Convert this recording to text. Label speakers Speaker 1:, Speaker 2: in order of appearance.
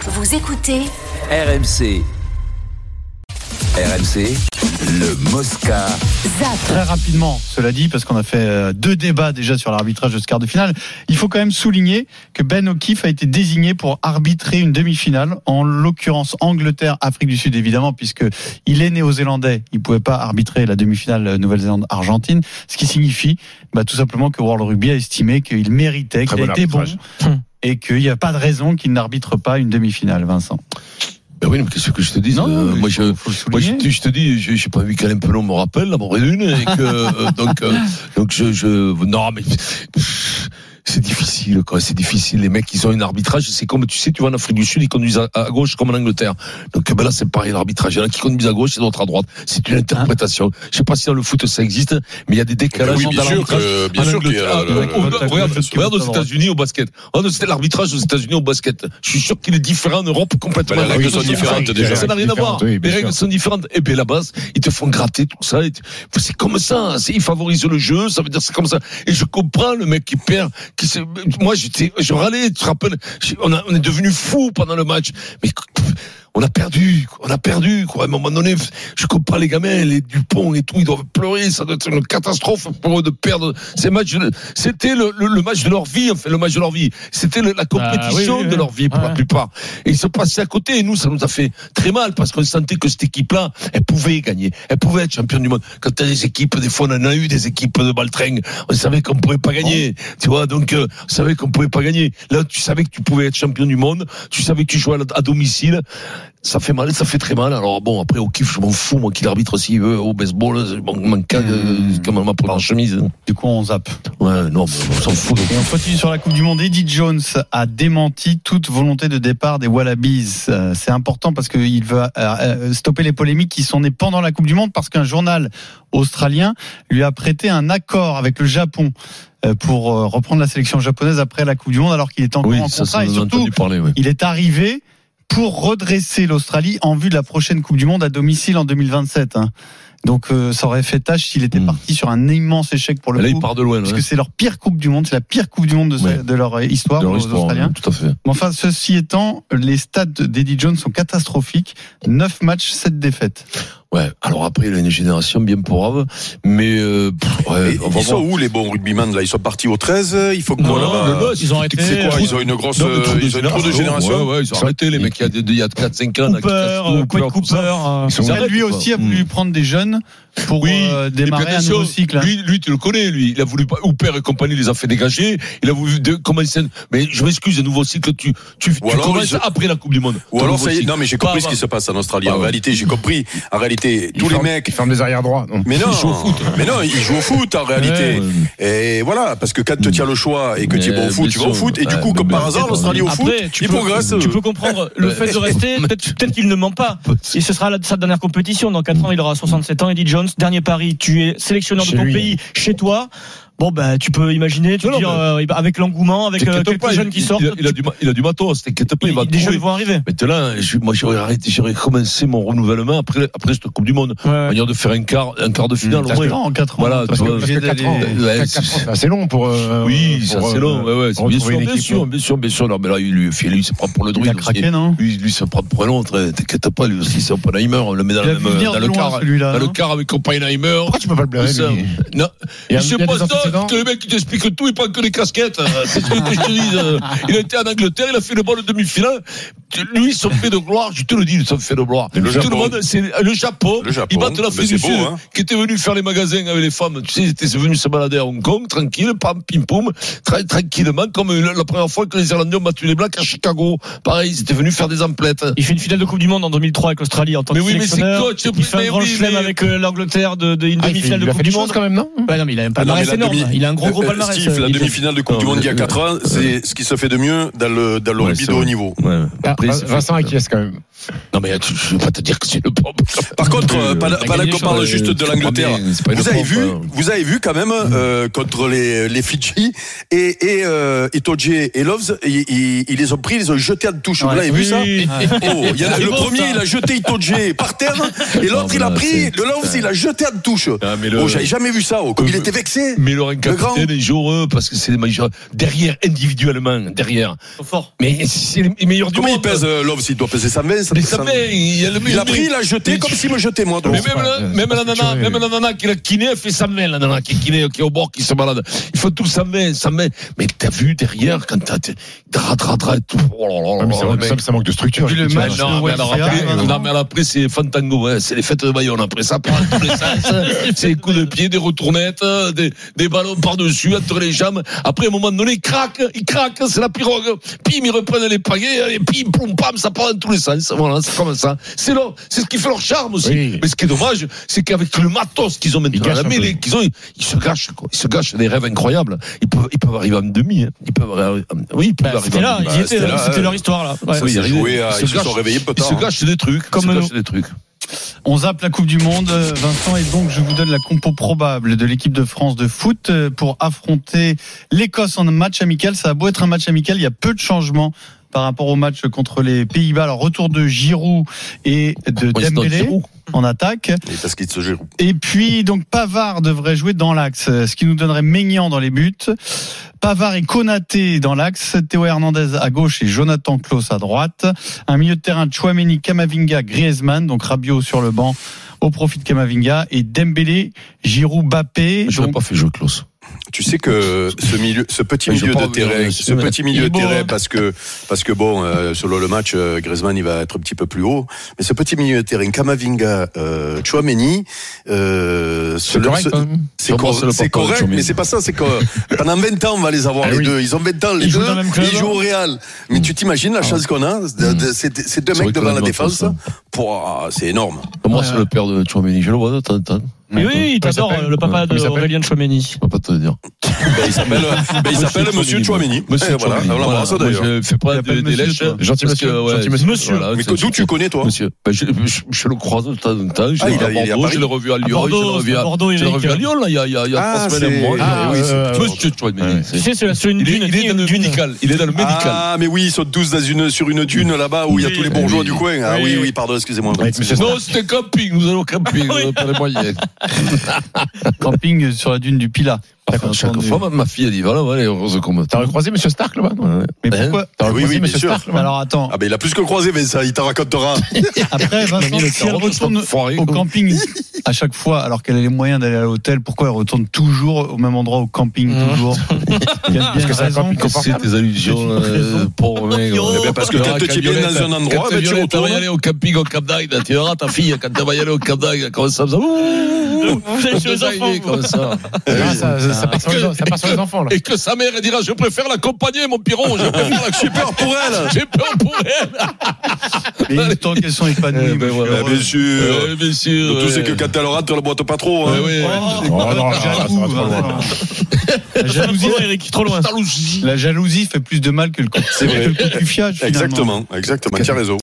Speaker 1: Vous écoutez
Speaker 2: RMC. RMC, le Mosca.
Speaker 1: ZAP.
Speaker 3: Très rapidement, cela dit, parce qu'on a fait euh, deux débats déjà sur l'arbitrage de ce quart de finale, il faut quand même souligner que Ben O'Keefe a été désigné pour arbitrer une demi-finale, en l'occurrence Angleterre, Afrique du Sud évidemment, puisque il est néo-zélandais, il pouvait pas arbitrer la demi-finale euh, Nouvelle-Zélande-Argentine, ce qui signifie bah, tout simplement que World Rugby a estimé qu'il méritait,
Speaker 4: Très
Speaker 3: qu'il
Speaker 4: bon
Speaker 3: était bon,
Speaker 4: arbitrage.
Speaker 3: et qu'il n'y a pas de raison qu'il n'arbitre pas une demi-finale, Vincent.
Speaker 4: Ben oui, mais qu'est-ce que je te dis
Speaker 3: Non, non, mais
Speaker 4: euh, Moi, je,
Speaker 3: faut- faut le
Speaker 4: moi, je,
Speaker 3: souligner.
Speaker 4: te- je te dis, je- j'ai pas vu qu'Alain Pelon me rappelle la mort d'une, et que euh, donc, euh, donc je, je, non, mais pff, c'est difficile, quoi. C'est difficile. Les mecs, ils ont un arbitrage. C'est comme tu sais, tu vas en Afrique du Sud, ils conduisent à, à gauche comme en Angleterre. Donc ben là, c'est pareil l'arbitrage. Il y en a qui conduisent à gauche et d'autres à droite. C'est
Speaker 5: Hein
Speaker 4: une interprétation. Je sais pas si dans le foot ça existe, mais il y a des décalages
Speaker 5: Ah, Oui, bien
Speaker 4: dans
Speaker 5: sûr
Speaker 4: l'arbitrage.
Speaker 5: que, bien
Speaker 4: En
Speaker 5: sûr qu'il y a euh,
Speaker 4: Angleterre,
Speaker 5: la- la-
Speaker 4: donc,
Speaker 3: la-
Speaker 4: on-
Speaker 3: la- la-
Speaker 4: Regarde
Speaker 3: la-
Speaker 4: regarde
Speaker 3: la-
Speaker 4: aux États-Unis au basket. Regarde c'est l'arbitrage aux États-Unis au basket. Je suis sûr qu'il est différent en Europe complètement.
Speaker 5: Bah, les règles sont différentes,
Speaker 4: Ça
Speaker 5: déjà.
Speaker 4: Ça n'a rien à voir.
Speaker 6: oui,
Speaker 4: les
Speaker 6: bien sûr.
Speaker 4: règles sont différentes. Et bien là-bas, ils te font gratter tout ça. Et tu- C'est comme ça. C'est- Ils favorisent le jeu. Ça veut dire c'est comme ça. Et je comprends le mec qui perd. Qui se... Moi, j'étais, je râlais. Tu te rappelles J'ai- on, a- on est devenu fou pendant le match. Mais on a perdu, quoi. on a perdu. Quoi. À un moment donné, je comprends les gamins, les Dupont et tout, ils doivent pleurer. Ça doit être une catastrophe pour eux de perdre ces matchs. C'était le, le- le match de leur vie, enfin le match de leur vie. C'était le- la compétition
Speaker 6: Bah, oui, oui,
Speaker 4: de
Speaker 6: oui.
Speaker 4: leur vie pour la
Speaker 6: Ouais.
Speaker 4: plupart. Et ils sont passés à côté. Et nous, ça nous a fait très mal parce qu'on sentait que cette équipe-là, elle pouvait gagner, elle pouvait être championne du monde. Quand t'as des équipes, des fois, on en a eu des équipes de baltringue. On savait qu'on pouvait pas gagner, tu vois. Donc, euh, on savait qu'on pouvait pas gagner. Là, tu savais que tu pouvais être champion du monde. Tu savais que tu jouais à la- à domicile ça fait mal, ça fait très mal. Alors bon, après au kiff, je m'en fous, moi qu'il arbitre s'il veut au baseball, je m'en- m'en
Speaker 6: Hmm.
Speaker 4: cague euh, comme on m'a pris en chemise. hein.
Speaker 3: Du coup, on zappe.
Speaker 4: Ouais, non, mais on s'en fout.
Speaker 3: Et on continue sur la Coupe du Monde. Eddie Jones a démenti toute volonté de départ des Wallabies. Euh, C'est important parce qu'il veut euh, euh, stopper les polémiques qui sont nées pendant la Coupe du Monde parce qu'un journal australien lui a prêté un accord avec le Japon euh, pour euh, reprendre la sélection japonaise après la Coupe du Monde alors qu'il est encore
Speaker 4: Oui,
Speaker 3: en
Speaker 4: ça, ça,
Speaker 3: contrat. Et
Speaker 4: on en a
Speaker 3: surtout,
Speaker 4: entendu parler. Ouais.
Speaker 3: il est arrivé pour redresser l'Australie en vue de la prochaine Coupe du Monde à domicile en 2027. hein. Donc euh, ça aurait fait tâche s'il était
Speaker 4: Mm.
Speaker 3: parti sur un immense échec pour le
Speaker 4: Là,
Speaker 3: coup
Speaker 4: il part de loin. hein.
Speaker 3: parce
Speaker 4: ouais.
Speaker 3: que c'est leur pire Coupe du Monde, c'est la pire Coupe du Monde de, ce-
Speaker 4: Ouais.
Speaker 3: de leur euh, histoire,
Speaker 4: De leur
Speaker 3: aux
Speaker 4: histoire,
Speaker 3: Australiens.
Speaker 4: ouais, tout à fait.
Speaker 3: Mais enfin, ceci étant, les stats d'Eddie Jones sont catastrophiques. 9 matchs, 7 défaites.
Speaker 4: Ouais. Alors après, il a une génération bien pourrave, mais euh, pff, ouais,
Speaker 5: Et
Speaker 4: on va
Speaker 5: ils sont
Speaker 4: voir.
Speaker 5: où les bons rugbyman là Ils sont partis au 13, euh, il faut que
Speaker 4: Non,
Speaker 5: moi, là-bas,
Speaker 4: le boss,
Speaker 6: Ils ont
Speaker 4: tu-
Speaker 6: été-
Speaker 4: c'est quoi,
Speaker 5: quoi,
Speaker 4: ils
Speaker 5: ils ont une grosse
Speaker 4: Non,
Speaker 5: euh,
Speaker 4: le trou de
Speaker 5: ils ont une
Speaker 4: génération.
Speaker 5: trou de génération.
Speaker 4: Ouais, ouais, ils ont arrêté les mecs il y a, il y a 4-5 ans. là, qui
Speaker 6: Cooper,
Speaker 4: cassent tout,
Speaker 6: euh, Quade
Speaker 4: tout ça.
Speaker 6: Cooper. euh,
Speaker 4: Ils sont
Speaker 3: Là,
Speaker 4: arrêtés,
Speaker 3: lui
Speaker 4: quoi.
Speaker 3: aussi a voulu
Speaker 4: Mm.
Speaker 3: prendre des jeunes hein, pour
Speaker 4: Oui,
Speaker 3: euh,
Speaker 4: Et
Speaker 3: démarrer
Speaker 4: puis
Speaker 3: un
Speaker 4: attention,
Speaker 3: nouveau cycle. hein.
Speaker 4: Lui, lui, tu le connais, lui. Il a voulu pas. Hooper et compagnie les a fait dégager. Il a voulu de, commencer. Mais je m'excuse, un nouveau cycle, tu, tu, tu
Speaker 5: alors,
Speaker 4: commences
Speaker 5: ils-
Speaker 4: après la Coupe du Monde.
Speaker 5: Ou
Speaker 4: Ton
Speaker 5: alors
Speaker 4: nouveau
Speaker 5: ça y est,
Speaker 4: cycle.
Speaker 5: non mais j'ai
Speaker 4: Pas
Speaker 5: compris ce
Speaker 4: avant.
Speaker 5: qui se passe en Australie. En
Speaker 4: Ouais.
Speaker 5: réalité, j'ai compris. En réalité,
Speaker 6: ils
Speaker 5: tous les
Speaker 6: ferment-
Speaker 5: mecs
Speaker 6: Ils ferment des arrières droits.
Speaker 5: mais non,
Speaker 4: Ils jouent au foot.
Speaker 5: mais non, ils jouent au foot en réalité. Et voilà, parce que quand tu tiens le choix et que tu es
Speaker 4: Mais,
Speaker 5: bon au foot,
Speaker 4: bien
Speaker 5: tu vas au
Speaker 4: sûr.
Speaker 5: foot. Et du
Speaker 4: Ouais,
Speaker 5: coup,
Speaker 4: mais
Speaker 5: comme
Speaker 4: bien
Speaker 5: par hasard,
Speaker 4: sûr.
Speaker 5: l'Australie au foot,
Speaker 7: Après,
Speaker 5: ils progressent.
Speaker 7: Tu peux comprendre le fait de rester, peut-être peut-être qu'il ne ment pas. Et ce sera la- sa dernière compétition. Dans 4 ans, il aura 67 ans. Eddie Jones, dernier pari. Tu es sélectionneur de
Speaker 6: Chez
Speaker 7: ton
Speaker 6: lui.
Speaker 7: pays, chez toi. Bon, bah, tu peux imaginer, tu
Speaker 4: Non, non,
Speaker 7: dire, euh, avec l'engouement, avec euh,
Speaker 4: T'inquiète
Speaker 7: quelques
Speaker 4: pas,
Speaker 7: jeunes
Speaker 4: il-
Speaker 7: qui sortent.
Speaker 4: Il, a- il a du, ma- il a du matos, t'inquiète pas, il, va
Speaker 7: des
Speaker 4: trouver.
Speaker 7: jeunes vont arriver.
Speaker 4: Maintenant, je, moi, j'aurais arrêté, j'aurais commencé mon renouvellement après, après cette Coupe du Monde. Manière de faire un quart, un quart de finale, au
Speaker 3: Parce que là,
Speaker 4: moins.
Speaker 3: en 4 ans, hein,
Speaker 4: Voilà,
Speaker 3: parce
Speaker 4: tu
Speaker 3: que
Speaker 4: vois,
Speaker 6: Parce
Speaker 3: obligé
Speaker 6: que 4 ans,
Speaker 3: d'aller-
Speaker 4: Ouais,
Speaker 6: quatre-
Speaker 4: c'est-
Speaker 6: quatre ans, c'est assez long pour. euh,
Speaker 4: Oui,
Speaker 6: pour,
Speaker 4: ça
Speaker 6: euh,
Speaker 4: c'est long, ouais, ouais, c'est bien
Speaker 6: retrouver
Speaker 4: sûr,
Speaker 6: une
Speaker 4: bien
Speaker 6: équipe. euh.
Speaker 4: sûr, bien sûr, bien sûr. Non, mais là, lui, lui, lui, il se prend pour le druide.
Speaker 3: Il a
Speaker 4: aussi.
Speaker 3: craqué, non
Speaker 4: Lui, lui, ça prend pour un autre. hein. T'inquiète pas, lui aussi, c'est Oppenheimer. On le met dans,
Speaker 3: Il a
Speaker 4: la
Speaker 3: vu
Speaker 4: même-
Speaker 3: venir
Speaker 4: dans
Speaker 3: de
Speaker 4: le
Speaker 3: loin,
Speaker 4: car.
Speaker 3: celui-là,
Speaker 4: Dans le
Speaker 3: hein.
Speaker 4: car avec Oppenheimer.
Speaker 6: Pourquoi tu peux pas le blairer
Speaker 4: Ça,
Speaker 6: lui
Speaker 4: Non.
Speaker 6: Il y a-
Speaker 4: Mais c'est
Speaker 6: il y a
Speaker 4: pas
Speaker 6: des
Speaker 4: ça,
Speaker 6: antécédents
Speaker 4: que le mec qui t'explique tout, il prend que les casquettes. hein. C'est ce que je te dis. euh. Il était en Angleterre, il a fait le bon de demi-finale. Lui, son fait de gloire, je te le dis, son fait de gloire.
Speaker 5: Et le
Speaker 4: je te
Speaker 5: Japon.
Speaker 4: demande, c'est le Japon.
Speaker 5: Le Japon.
Speaker 4: Il battent l'Afrique
Speaker 5: Mais
Speaker 4: du
Speaker 5: c'est
Speaker 4: Sud,
Speaker 5: beau, hein.
Speaker 4: qui était venu faire les magasins avec les femmes. Tu sais, ils étaient venus se balader à Hong Kong, tranquille, pam, pim, poum, tra- tranquillement, comme la, la première fois que les Irlandais ont battu les Blacks à Chicago. Pareil, ils étaient venus faire des emplettes.
Speaker 7: Il fait une finale de Coupe du Monde en 2003 avec l'Australie en tant
Speaker 4: Mais
Speaker 7: que
Speaker 4: oui, mais c'est
Speaker 7: sélectionneur.
Speaker 4: coach, c'est
Speaker 7: il fait un
Speaker 4: mais
Speaker 7: grand
Speaker 4: oui,
Speaker 7: chelem
Speaker 4: mais-
Speaker 7: avec euh, l'Angleterre de, de- une
Speaker 6: Ah, il fait-
Speaker 7: demi-finale de
Speaker 6: il a
Speaker 7: Coupe
Speaker 6: fait
Speaker 7: du
Speaker 6: des choses
Speaker 7: Monde.
Speaker 6: quand même, non
Speaker 7: Bah non, mais il a un
Speaker 5: Ah non,
Speaker 7: palmarès
Speaker 5: mais la
Speaker 7: énorme.
Speaker 5: demi-
Speaker 7: Il a un gros gros
Speaker 5: Euh, euh,
Speaker 7: palmarès.
Speaker 5: Steve,
Speaker 7: euh,
Speaker 5: la
Speaker 7: Eddie Jones.
Speaker 5: demi-finale de Coupe du
Speaker 4: Non,
Speaker 5: Monde il y a
Speaker 4: mais- euh,
Speaker 5: 4 ans, c'est ce qui se fait de mieux dans le, dans le
Speaker 4: Ouais,
Speaker 5: rugby
Speaker 4: c'est
Speaker 5: de haut
Speaker 4: vrai.
Speaker 5: niveau.
Speaker 4: Ouais.
Speaker 6: Ah,
Speaker 4: Après,
Speaker 6: Vin-
Speaker 4: c'est-
Speaker 6: Vincent acquiesce quand même.
Speaker 4: Non, mais tu- je vais pas te dire que c'est le propre.
Speaker 5: Par contre, euh, pas,
Speaker 4: Il a
Speaker 5: pas là
Speaker 4: gagné,
Speaker 5: qu'on
Speaker 4: je
Speaker 5: parle
Speaker 4: crois,
Speaker 5: juste
Speaker 4: euh,
Speaker 5: de l'Angleterre.
Speaker 4: c'est pas une
Speaker 5: Vous avez
Speaker 4: pompe,
Speaker 5: vu,
Speaker 4: hein.
Speaker 5: vous avez vu quand même euh, contre les, les Fidji et et euh, Itoje et Loves, ils, ils- ils les ont pris, ils les ont jetés à la touche. Vous l'avez vu ça Oh, il y en a-
Speaker 7: C'est
Speaker 5: le
Speaker 7: bon,
Speaker 5: premier,
Speaker 7: ça.
Speaker 5: il a jeté Itoje par terre, et
Speaker 4: Non,
Speaker 5: l'autre,
Speaker 4: mais
Speaker 5: il a
Speaker 4: là,
Speaker 5: pris
Speaker 4: c'est-
Speaker 5: le Loves, il a jeté à la touche.
Speaker 4: Ah, mais le- euh,
Speaker 5: Oh, j'avais jamais vu ça. oh, comme il était vexé.
Speaker 4: Mais le leur un capitaine, et heureux, parce que c'est les meilleurs. Derrière, individuellement, derrière.
Speaker 7: Fort.
Speaker 4: Mais c'est les meilleurs du
Speaker 5: Comment il
Speaker 4: monde.
Speaker 5: pèse euh, Love s'il doit peser 120 ça
Speaker 4: Mais
Speaker 5: pèse
Speaker 4: ça
Speaker 5: 120.
Speaker 4: fait, il y a le
Speaker 5: Il a pris, il a jeté comme s'il me jetait moi. donc.
Speaker 4: Mais
Speaker 6: Non, c'est
Speaker 4: même,
Speaker 6: pas-
Speaker 4: la,
Speaker 6: c'est
Speaker 4: même,
Speaker 6: pas
Speaker 4: la nana,
Speaker 6: structuré.
Speaker 4: même la nana qui l'a kiné, elle fait 120, la nana qui est kiné, qui est au bord, qui se balade. Il faut tout 120, 120. Mais t'as vu derrière, quand t'as, t'as- dra, dra, dra, et tout. Oh là là là
Speaker 6: Ouais,
Speaker 4: là,
Speaker 6: mais ça,
Speaker 4: le
Speaker 6: manque-
Speaker 4: mec.
Speaker 6: ça, ça manque de structure.
Speaker 3: Vu le
Speaker 6: effectivement.
Speaker 3: match,
Speaker 4: Non, mais alors
Speaker 3: Ouais,
Speaker 4: après,
Speaker 3: c'est vrai.
Speaker 4: non, mais alors après, c'est Fantango, hein, c'est les fêtes de Bayonne. Après, ça prend dans tous les sens. C'est des coups de pied, des retournettes, euh, des, des ballons par-dessus, entre les jambes. Après, à un moment donné, il craque, il craque, c'est la pirogue. Pim, ils reprennent les pagaies, et pim, ploum, pam, ça part dans tous les sens. Voilà, c'est comme ça. C'est leur, c'est ce qui fait leur charme aussi.
Speaker 6: Oui.
Speaker 4: Mais ce qui est dommage, c'est qu'avec le matos qu'ils ont
Speaker 6: Ils
Speaker 4: maintenant,
Speaker 6: gâchent
Speaker 4: la
Speaker 6: un peu.
Speaker 4: mêlée qu'ils ont, ils, ils se gâchent, quoi. Ils se gâchent des rêves incroyables. Ils peuvent, ils peuvent arriver en demi, hein. Ils peuvent arriver, en- oui, ils
Speaker 6: Bah,
Speaker 4: peuvent arriver
Speaker 7: Bah, C'était
Speaker 4: en
Speaker 7: là,
Speaker 4: demi.
Speaker 7: ils y étaient, hein,
Speaker 5: c'était là,
Speaker 7: c'était
Speaker 5: euh,
Speaker 7: leur histoire là. Ouais.
Speaker 5: Ça, c'est
Speaker 4: il arrive.
Speaker 5: joué à-
Speaker 4: Il se
Speaker 5: euh, Ils se sont
Speaker 4: gâche.
Speaker 5: réveillés peu
Speaker 4: Ils se
Speaker 5: tard.
Speaker 4: gâchent des trucs.
Speaker 7: Comme
Speaker 4: ils se
Speaker 7: nous.
Speaker 4: gâchent des trucs.
Speaker 3: On zappe la Coupe du Monde, euh, Vincent, et donc je vous donne la compo probable de l'équipe de France de foot euh, pour affronter l'Écosse en match amical. Ça a beau être un match amical, il y a peu de changements par rapport au match contre les Pays-Bas. Alors retour de Giroud et de
Speaker 4: Président
Speaker 3: Dembélé
Speaker 4: Giroud.
Speaker 3: en attaque.
Speaker 5: hein. Et Parce qu'il se gère.
Speaker 3: Et puis donc Pavard devrait jouer dans l'axe, euh, ce qui nous donnerait Maignan dans les buts. Pavard et Konaté dans l'axe, Théo Hernandez à gauche et Jonathan Klaus à droite. Un milieu de terrain Chouameni, Kamavinga, Griezmann, donc Rabiot sur le banc au profit de Kamavinga et Dembélé, Giroud, Bappé.
Speaker 4: Je n'aurais pas fait jouer Klaus.
Speaker 5: Tu sais que ce milieu, ce petit
Speaker 4: Mais je
Speaker 5: milieu
Speaker 4: parle
Speaker 5: de
Speaker 4: de-
Speaker 5: terrain,
Speaker 4: de-
Speaker 5: ce petit
Speaker 7: Il
Speaker 5: milieu
Speaker 7: est
Speaker 5: de
Speaker 7: beau,
Speaker 5: terrain,
Speaker 7: hein.
Speaker 5: parce que parce que bon, euh, selon le match, euh, Griezmann il va être un petit peu plus haut, mais ce petit milieu de terrain, Kamavinga, euh, Chouameni, euh,
Speaker 6: C'est
Speaker 5: ce-
Speaker 6: correct.
Speaker 5: ce-
Speaker 6: hein.
Speaker 5: c'est
Speaker 4: Comment
Speaker 5: cor-
Speaker 4: c'est le
Speaker 5: c'est
Speaker 4: papa de
Speaker 5: correct,
Speaker 4: Chouameni
Speaker 5: mais c'est pas ça. C'est que euh, pendant 20 ans, on va les avoir
Speaker 6: Ah
Speaker 5: les
Speaker 6: oui.
Speaker 5: deux. Ils ont 20 ans les
Speaker 7: Ils
Speaker 5: deux.
Speaker 7: jouent dans le même club,
Speaker 5: ils jouent au Real. Mais tu t'imagines la chance qu'on a de- de- C'est c'est
Speaker 4: C'est
Speaker 5: deux mecs
Speaker 4: vrai que
Speaker 5: devant la
Speaker 4: Ronaldo
Speaker 5: défense. hein.
Speaker 4: fait ça.
Speaker 5: Pouah, C'est énorme.
Speaker 4: Moi,
Speaker 7: Ouais,
Speaker 4: c'est
Speaker 7: ouais.
Speaker 4: le père de Chouameni. Je le vois de temps en temps.
Speaker 7: Mais oui, il
Speaker 6: Comment il
Speaker 7: t'adore,
Speaker 6: s'appelle
Speaker 7: le papa
Speaker 6: Comment il
Speaker 7: de
Speaker 6: s'appelle
Speaker 7: Aurélien Chouameni.
Speaker 4: Je peux pas te le dire.
Speaker 5: Ben, il s'appelle ben, il s'appelle Monsieur Chouameni.
Speaker 4: Monsieur
Speaker 5: Eh, voilà,
Speaker 4: Chouameni.
Speaker 5: on l'embrasse
Speaker 4: Voilà.
Speaker 5: d'ailleurs.
Speaker 4: Moi, Je fais
Speaker 3: Il
Speaker 4: pas de
Speaker 3: appelle
Speaker 4: des
Speaker 3: monsieur,
Speaker 4: lèches.
Speaker 3: toi.
Speaker 6: Gentil
Speaker 4: parce que,
Speaker 6: monsieur,
Speaker 4: ouais,
Speaker 6: gentil
Speaker 4: c'est-
Speaker 6: monsieur.
Speaker 4: voilà,
Speaker 5: Mais
Speaker 4: c'est-
Speaker 5: d'où tu connais toi
Speaker 4: Monsieur, ben, je, je- je le croise de temps en temps. Je
Speaker 5: Ah,
Speaker 4: l'ai
Speaker 5: il
Speaker 4: vu
Speaker 5: a-
Speaker 4: à
Speaker 5: il est à
Speaker 4: Bordeaux,
Speaker 5: Paris
Speaker 4: je l'ai revu à
Speaker 7: À
Speaker 4: Lyon, je l'ai
Speaker 7: Bordeaux,
Speaker 4: revu
Speaker 7: à
Speaker 4: à,
Speaker 7: Bordeaux,
Speaker 4: je l'ai revu à
Speaker 7: Eric.
Speaker 4: Lyon là, il y a, il y a, il y a
Speaker 5: Ah,
Speaker 4: trois semaines et un
Speaker 5: c'est-
Speaker 4: mois.
Speaker 5: Ah,
Speaker 4: oui,
Speaker 5: oui,
Speaker 4: c'est-
Speaker 6: euh,
Speaker 4: Monsieur Chouameni.
Speaker 7: Tu sais, c'est sur une
Speaker 4: Il est,
Speaker 7: dune.
Speaker 4: il est dans le
Speaker 7: dune.
Speaker 4: médical. Il est dans le médical.
Speaker 5: Ah, mais oui, ils sautent tous dans une, sur une dune là-bas où il y
Speaker 7: Oui,
Speaker 5: a tous les bourgeois
Speaker 4: oui.
Speaker 5: du coin. Ah oui,
Speaker 7: Oui.
Speaker 5: oui, pardon, excusez-moi.
Speaker 6: Avec monsieur
Speaker 4: Non, c'était camping. Nous allons au camping.
Speaker 7: Oui.
Speaker 4: On n'a pas les moyens.
Speaker 3: Camping sur la dune du Pila.
Speaker 4: Enfin, Eh ben, chaque
Speaker 3: Entendu.
Speaker 4: fois, ma- ma fille, elle dit voilà, voilà, on se combat.
Speaker 6: T'as recroisé Monsieur Stark là-bas non
Speaker 3: Mais
Speaker 4: Hein
Speaker 3: pourquoi
Speaker 6: T'as
Speaker 5: Ah oui,
Speaker 6: recroisé
Speaker 5: oui, bien
Speaker 6: Monsieur
Speaker 5: sûr.
Speaker 6: Stark là-bas
Speaker 3: Alors attends,
Speaker 5: Ah, bah, ben il a plus que croisé, mais ça, il t'en racontera.
Speaker 3: après Vincent, si elle retourne au camping à chaque fois alors qu'elle a les moyens d'aller à l'hôtel, pourquoi elle retourne toujours au même endroit au camping
Speaker 7: Mmh.
Speaker 3: toujours Il y a bien
Speaker 6: que c'est un
Speaker 3: raison.
Speaker 6: camping
Speaker 4: Qu'est-ce que c'est tes allusions, euh, pauvre mec
Speaker 7: Yo.
Speaker 4: ouais.
Speaker 7: Eh bien,
Speaker 5: parce que
Speaker 4: Tu verras,
Speaker 5: quand tu es bien
Speaker 4: Violette,
Speaker 5: dans un endroit,
Speaker 4: quand
Speaker 5: ben,
Speaker 4: Violette,
Speaker 5: tu
Speaker 4: elle va y
Speaker 5: retournes.
Speaker 4: aller au camping au Cap d'Agde. Tu verras ta fille quand elle va y aller au Cap d'Agde. Comment ça, ça Ouh,
Speaker 7: Vous allez Ah, chez les
Speaker 4: ça y est,
Speaker 7: enfants.
Speaker 4: comme ça.
Speaker 6: Ah, ça- ça- Ça part sur les- ça part sur les enfants là.
Speaker 4: Et euh, que sa mère elle dira je préfère l'accompagner, mon piron. Je préfère la-
Speaker 5: J'ai peur pour elle.
Speaker 4: J'ai peur pour elle.
Speaker 3: Mais tant qu'elles sont épanouies,
Speaker 4: Eh ben
Speaker 3: moi, je suis heureux.
Speaker 4: voilà.
Speaker 5: Ah, bien sûr.
Speaker 4: Euh, Ben bien sûr,
Speaker 5: Tout c'est
Speaker 4: ouais.
Speaker 5: que quand elle aura, tu la boites pas trop.
Speaker 4: Ouais,
Speaker 5: hein.
Speaker 4: ouais.
Speaker 3: Oh,
Speaker 6: Oh, non, là, ça va
Speaker 3: jaloux,
Speaker 6: trop loin.
Speaker 3: vraiment. La jalousie,
Speaker 7: Trop loin, Eric, trop loin.
Speaker 4: Jalousie.
Speaker 3: la jalousie fait plus de mal que le coup,
Speaker 5: C'est vrai.
Speaker 3: que le coup de fiage, finalement.
Speaker 5: Exactement, exactement. Tu as raison.